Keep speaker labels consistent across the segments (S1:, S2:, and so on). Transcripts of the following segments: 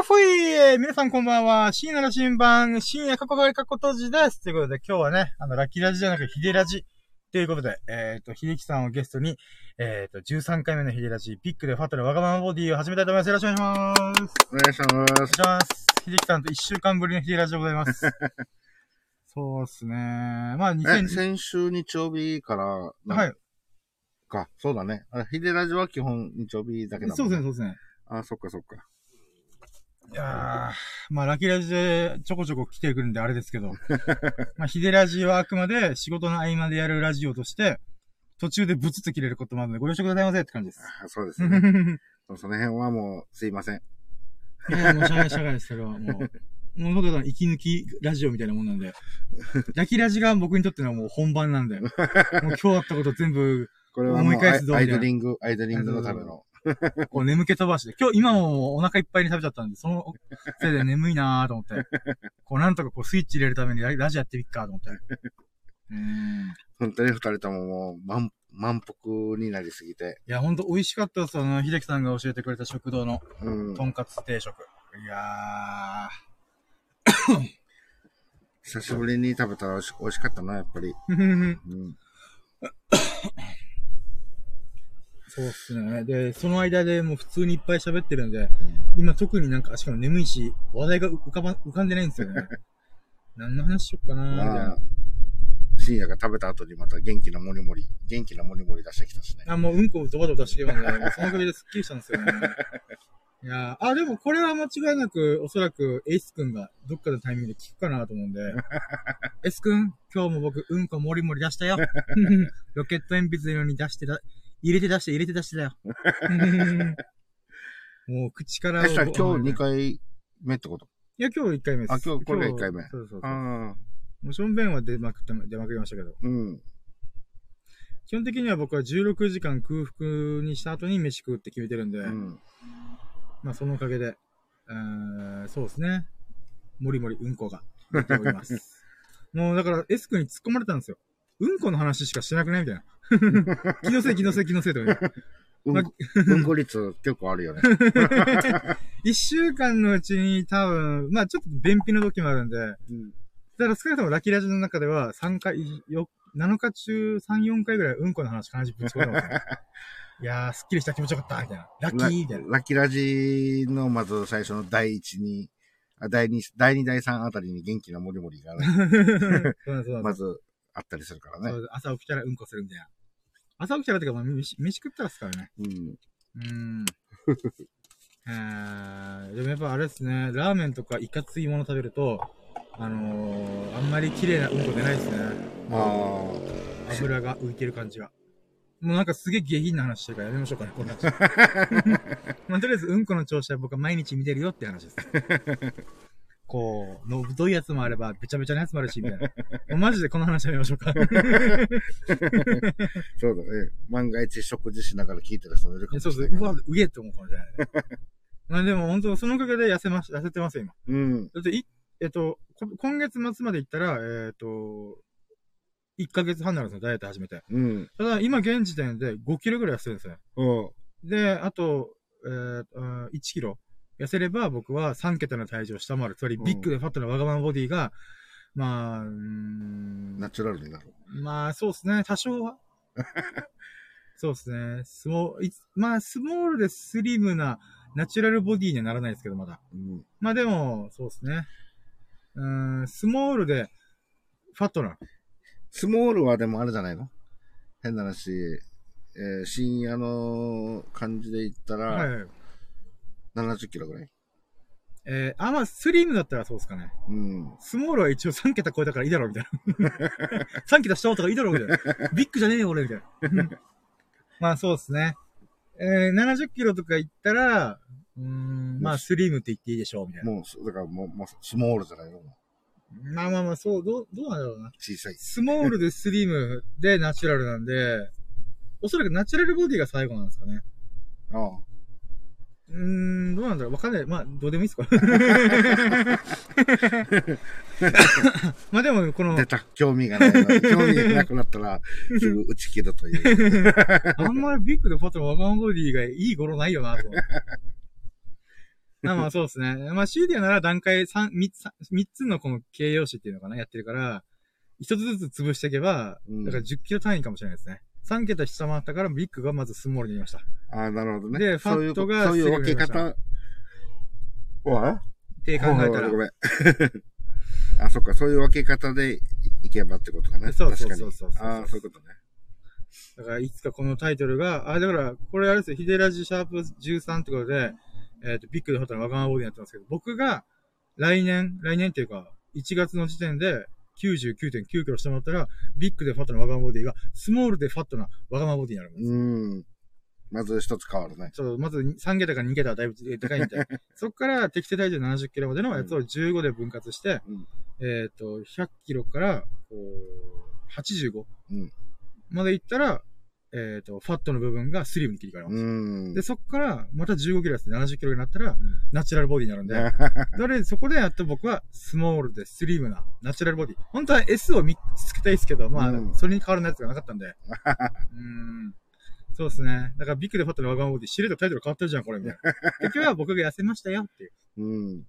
S1: えー、皆さんこんばんは。深夜の新版、深夜過去がり過去閉じです。ということで、今日はね、あの、ラッキーラジじゃなく、ヒデラジ。ということで、えっ、と、秀樹さんをゲストに、えっ、と、13回目のヒデラジ、ビッグでファトルわがままボディを始めたいと思います。よろしくお願いします。
S2: お願いします。
S1: お願いします。秀樹さんと1週間ぶりのヒデラジでござい ます。そうっすね。まあ、
S2: え、
S1: 2020、
S2: 先週日曜日から、
S1: はい
S2: い。。か、そうだね。あヒデラジは基本日曜日だけだもん
S1: そうですね、そうですね。
S2: あ、そっかそっか。
S1: いやー、まあ、ラキラジでちょこちょこ来てくるんであれですけど、まあ、ヒデラジはあくまで仕事の合間でやるラジオとして、途中でブツッと切れることもあるのでご了承くださいませって感じです。
S2: あそうです
S1: い
S2: よ
S1: や
S2: ね。
S1: も
S2: その辺はもう、すいません。
S1: う社外社外です、それはもう。もう僕らの息抜きラジオみたいなもんなんで。ラキラジが僕にとってのはもう本番なんで。もう今日あったこと全部、
S2: これは
S1: 思
S2: も
S1: いう返
S2: アイ
S1: すぞ
S2: アイ
S1: みたいな
S2: ドリング、アイドリングのための。
S1: こう眠気飛ばして。今日、今ももうお腹いっぱいに食べちゃったんで、そのせいで眠いなーと思 って。こうなんとかこうスイッチ入れるためにララジオやってみっかと思って。うーん。
S2: 本当に二人とももう、満満腹になりすぎて。
S1: いや、ほんと美味しかったです。あの、秀樹さんが教えてくれた食堂の、
S2: うん
S1: と。んかつ定食。いや
S2: 久しぶりに食べたら美味し美味しかったな、やっぱり。
S1: ー。
S2: うん。
S1: そうっすね。で、その間でもう普通にいっぱい喋ってるんで、今特になんか、しかも眠いし、話題が浮かば、浮かんでないんですよ ね。何の話しよっかなーみたい
S2: ま
S1: な
S2: あ。、深夜が食べた後にまた元気なもりもり、元気なもりもり出してきたしね。
S1: あ、もううんこをドバドバ出してきたんで、もうそのおかげですっきりしたんですよね。いやーあ、でもこれは間違いなく、おそらく、エイス君がどっかのタイミングで聞くかなと思うんで、エイス君、今日も僕、うんこもりもり出したよ。ロケット鉛筆のように出してだ、入れて出して、入れて出してだよ。もう口から
S2: え、さ、今日2
S1: 回。
S2: 回目ってこと
S1: いや、今日1回目です。
S2: あ今日これが一回目
S1: 今日そうそうそう。
S2: ああ。
S1: もうしょんべんは出まくって、出まくりましたけど。
S2: うん。
S1: 基本的には僕は16時間空腹にした後に飯食うって決めてるんで、
S2: うん。
S1: まあ、そのおかげで、えー、そうですね。もりもりうんこが出ております。もうだから、S 君に突っ込まれたんですよ。うんこの話しかしてなくないみたいな。 気のせい、気のせい、気のせいとか言って。
S2: う
S1: ま
S2: んこ、うんこ率結構あるよね。
S1: 一週間のうちに多分、まあちょっと便秘の時もあるんで、だから少なくともラキラジの中では3回、よ7日中3、4回ぐらいうんこの話必ずぶち込んでますね。いやー、すっきりした気持ちよかったみたいな。ラッキーみたいな。
S2: ラッキーラジの、まず最初の第一に、あ第二、第二、第三あたりに元気なモリモリが ね、
S1: そうなんですそうなんです
S2: まずあったりするから
S1: そ
S2: ね。
S1: う朝起きたらうんこするみたいな。朝起きたらっていうか、まあ、飯飯食ったらっすからね。
S2: うん。
S1: うーん。えー、でもやっぱあれですね、ラーメンとかいかついもの食べると、あのー、あんまり綺麗なうんこ出ないですね。
S2: あ
S1: 油が浮いてる感じが。もうなんかすげえ下品な話してるからやめましょうかね、こんな話。まあ、とりあえず、うんこの調子は僕は毎日見てるよって話です。こう、の太いやつもあれば、べちゃべちゃなやつもあるし、みたいな。もうマジでこの話やめましょうか。
S2: あ。そうだね。万が一食事しながら聞いてる人もいる
S1: いや
S2: かもし
S1: そうそ
S2: れ
S1: う、
S2: ないうから
S1: わ、うげえって思うかもしれないね。まあでも本当、そのおかげで痩せまし、痩せてますよ、今。
S2: うん。
S1: だって、い、えっと、こ今月末まで行ったら、えっと、1ヶ月半になるんですよ、ダイエット始めて。
S2: うん。
S1: ただ、今現時点で5キロぐらい痩せるんですね。
S2: うん。
S1: で、あと、えーあー1キロ痩せれば僕は3桁の体重を下回る。つまり、
S2: うん
S1: ビッグでファットなわがままボディが、まあ、うーん
S2: ナチュラルになる。
S1: まあ、そうですね。多少 は。そうですね。スモいつまあ、スモールでスリムな、ナチュラルボディにはならないですけど、まだ。
S2: うん。
S1: まあでも、そうですね。うーん、スモールで、ファットな。
S2: スモールはでもあれじゃないの変な話、えー深夜の感じで言った
S1: はい
S2: ら、
S1: はい。
S2: 70キロぐらい。
S1: えー、あ、まあ、スリムだったらそうですかね。
S2: うん。
S1: スモールは一応3桁超えたからいいだろ、みたい な。3桁下回ったからいいだろ、みたいな。ビッグじゃねえよ、俺、みたいな。 うんまあそうですね。えー、70キロとかいったら、うーん、まあスリムって言っていいでしょう、みたいな。
S2: もうす、だからもう、もうスモールじゃないの
S1: まあまあまあ、そう、どう、どうなんだろうな。
S2: 小さい。
S1: スモールでスリムでナチュラルなんで、おそらくナチュラルボディが最後なんですかね。
S2: ああ。
S1: うーん、どうなんだろうわかんない。まあ、どうでもいいっすか。 まあでも、この、
S2: 出た。興味がな いな。興味がなくなったら、すぐ打ち切るという。
S1: あんまりビッグでファットのワガンボディがいい頃ないよな、と思って。まあまあそうですね。まあ C ディアなら段階3、3つ、三つのこの形容詞っていうのかな、やってるから、一つずつ潰していけば、
S2: うん
S1: だから10キロ単位かもしれないですね。3桁下回ったからビッグがまずスモールになりました。
S2: ああ、なるほどね。
S1: で
S2: そういう
S1: ファットが
S2: そういう分け
S1: すぐ
S2: 方は
S1: って考えたら
S2: ご。めん。 あ、そっか、そういう分け方でいけばってことだね。
S1: そうそう
S2: 確かに
S1: そうそうそう
S2: ああ、そういうことね。
S1: だからいつかこのタイトルが、あ、だからこれあれですよ、ヒデラジシャープ13ってことで、えっ、と、ビッグでホタルわがままボーディになってますけど、僕が来年、来年っていうか、1月の時点で99.9キロしてもらったら、ビッグでファットなわがままボディが、スモールでファットなわがままボディになるんです。
S2: うん。まず一つ変わるね。
S1: そう、まず3桁から2桁はだいぶでかい みたいな。そこから適正体重70キロまでのやつを15で分割して、
S2: うん
S1: えっ、と、100キロから、こう、85
S2: うん
S1: までいったら、えっ、と、ファットの部分がスリムに切り替わります。
S2: うん。
S1: で、そこから、また15キロやって70キロになったら、ナチュラルボディになるんで、
S2: ね
S1: それ、そこでやっと僕は、スモールでスリムな、ナチュラルボディ。本当は S を見つけたいですけど、まあ、
S2: うん
S1: それに変わるやつがなかったんで。うーん。そうですね。だから、ビッグでファットのワガンボディ、知れとタイトル変わってるじゃん、これ、みた いな。結局は僕が痩せましたよ、っていう、
S2: うん。
S1: っ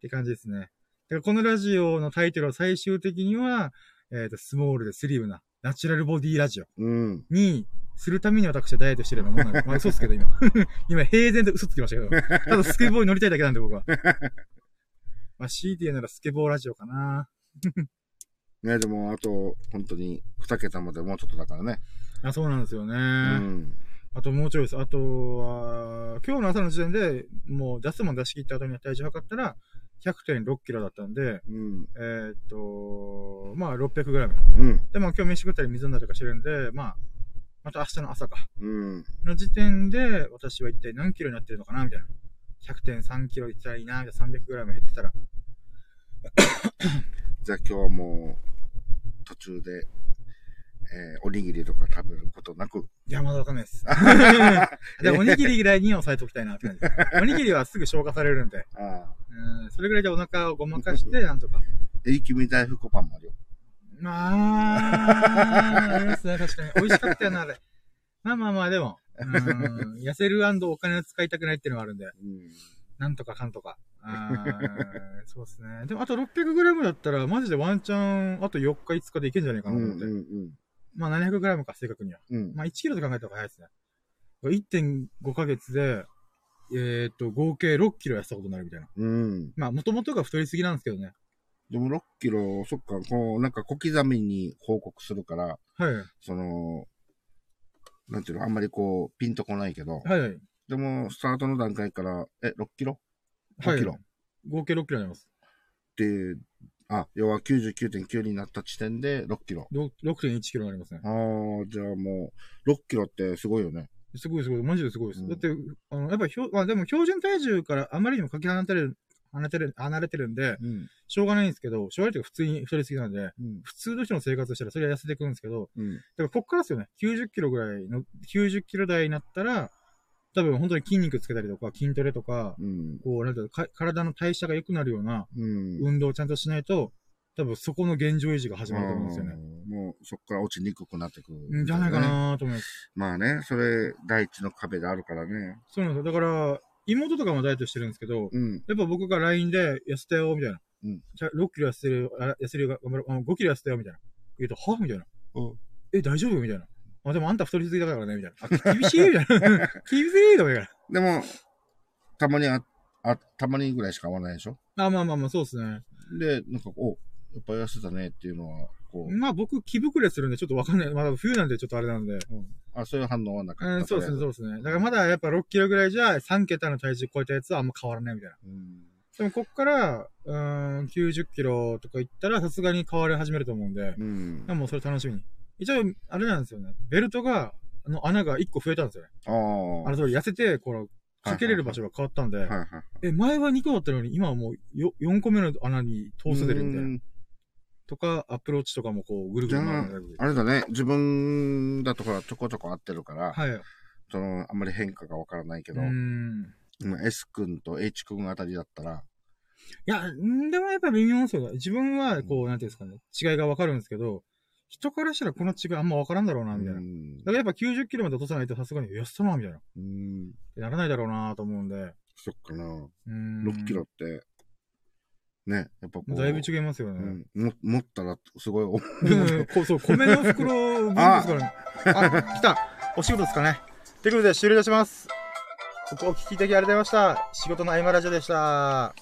S1: て感じですね。だから、このラジオのタイトルを最終的には、えっ、と、スモールでスリムな、ナチュラルボディラジオ
S2: うん。
S1: に、するために私はダイエットしてるようなもんなんで。まあ、そうっすけど、今。 今、平然と嘘つきましたけど。ただ、スケボーに乗りたいだけなんで、僕は。まあ、強いて言うならスケボーラジオかな。
S2: ね、でも、あと、本当に、二桁までもうちょっとだからね。
S1: あ、そうなんですよね。
S2: うん。
S1: あと、もうちょいです。あとは、今日の朝の時点で、もう、出すもん出し切った後に体重測ったら、100.6キロだったんで、
S2: うん。
S1: えーっと、まあ、600グラム。
S2: うん。
S1: でも、今日飯食ったり水飲んだりとかしてるんで、まあ、また明日の朝か。
S2: うん。
S1: の時点で、私は一体何キロになってるのかなみたいな。100.3キロいったらいいな、みたいな。300グラム減ってたら。
S2: じゃあ今日はもう、途中で、えーおにぎりとか食べることなく。
S1: いや、まだわかんないです。でも、おにぎりぐらいには抑えておきたいな、って感じです。おにぎりはすぐ消化されるんで。
S2: ああ。
S1: うん、それぐらいでお腹をごまかして、なんとか。
S2: えいきみ大福パンもあるよ。
S1: まあ、ありますね、確かに。美味しかったよな、あれ。まあまあまあ、でも。うん、痩せるお金を使いたくないっていうのがあるんで。
S2: うん。
S1: なんとかかん とか。あーそうですね。でも、あと600グラムだったら、マジでワンチャン、あと4日5日でいけんじゃねえか
S2: う
S1: なと
S2: ん
S1: 思っ。て。
S2: うん。
S1: まあ700グラムか、正確には。
S2: うん。
S1: まあ1キロと考えた方が早いですね。1.5ヶ月で、えーっと、合計6キロ痩せたことになるみたいな。
S2: うん。
S1: まあ、もともとが太りすぎなんですけどね。
S2: でも6キロ、そっか、こう、なんか小刻みに報告するから、
S1: はい。
S2: その、なんていうの、あんまりこう、ピンとこないけど、
S1: はいはい。
S2: でも、スタートの段階から、え、6キロ
S1: はい
S2: ?5 キロ、
S1: 合計6キロになります。
S2: って、あ、要は99.9になった時点で6キロ。
S1: ろ6.1キロになりますね。
S2: ああ、じゃあもう、6キロってすごいよね。
S1: すごいすごい。マジですごいです。
S2: うん
S1: だって、あの、やっぱひょ、まあでも標準体重からあまりにもかけ離れてる、離れてる、離れてるんで、
S2: うん。
S1: しょうがないんですけど、しょうがないというか普通に太りすぎなんで、
S2: うん。
S1: 普通の人の生活したらそれは痩せていくんですけど、
S2: うん。
S1: だからこっからですよね、90キロぐらいの、90キロ台になったら、多分本当に筋肉つけたりとか、筋トレとか、
S2: うん。
S1: こう、なんていうのか体の代謝が良くなるような
S2: うん。
S1: 運動をちゃんとしないと、多分そこの現状維持が始まると思うんですよね。
S2: うんもう、そっから落ちにくくなってく
S1: う
S2: る
S1: んじゃないか。なと思います。
S2: まあね、それ、第一の壁があるからね。
S1: そうなんですよ。だから、妹とかもダイエットしてるんですけど、
S2: うん。
S1: やっぱ僕が LINE で痩せたよ、みたいな。
S2: うん
S1: じゃあ6キロ痩せてる、あ痩せるよ、頑張ろうあ5キロ痩せたよ、みたいな。言うと、はみたいな。
S2: うん
S1: え、大丈夫みたいな。あ、でもあんた太りすぎだからね、みたいな。あ、 厳しいみたいな。厳しいとか言うか
S2: でも、たまにあ、あ、たまにぐらいしか会わないでしょ
S1: ら。あ、まあまあまあ、そうですね。
S2: で、なんか、お、やっぱ痩せたねっていうのは、こう、
S1: まあ僕、気膨れするんで、ちょっとわかんない。まだ冬なんで、ちょっとあれなんで。
S2: あ、そういう反応はな
S1: う
S2: かった。
S1: ん、そうですね、そうですね。だからまだやっぱ6キロぐらいじゃ、3桁の体重超えたやつはあんま変わらないみたいな。
S2: うん。
S1: でもこっから、うーん、90キロとかいったら、さすがに変わり始めると思うんで。
S2: うん
S1: で。もうそれ楽しみに。一応、あれなんですよね。ベルトが、あの穴が1個増えたんですよね。
S2: ああ。
S1: あの、それ痩せて、この、かけれる場所が変わったんで、
S2: はいはい。
S1: え、前は2個だったのに、今はもうよ4個目の穴に通せてるみたいな。
S2: な。
S1: とか、アプローチとかもこう、ぐるぐる回る
S2: あれだね、自分だとほら、ちょこちょこ合ってるから、
S1: はい。う
S2: その、あんまり変化がわからないけ
S1: ー
S2: ど、
S1: ん。
S2: 今 S 君と H 君あたりだったら、
S1: いや、んでもやっぱ微妙なんですよね。自分は、こう、なんていうんですかね、違いがわかるんですけど、人からしたらこの違いあんまわからんだろうな、みたいな。だからやっぱ90キロまで落とさないとさすがに、よっそま、みたいな。っ
S2: うん。
S1: てならないだろうなと思うんで。
S2: そっかな。
S1: うん。
S2: 6キロって、ね、やっぱこう。
S1: だいぶ違いますよ
S2: う
S1: ね。
S2: ん、も持ったら、すごい重い。
S1: うん、こう そう、米の袋分ですからね。あ、来た。お仕事ですかね。ということで終了いたします。お聞きいただきありがとうございました。仕事の合間ラジオでした。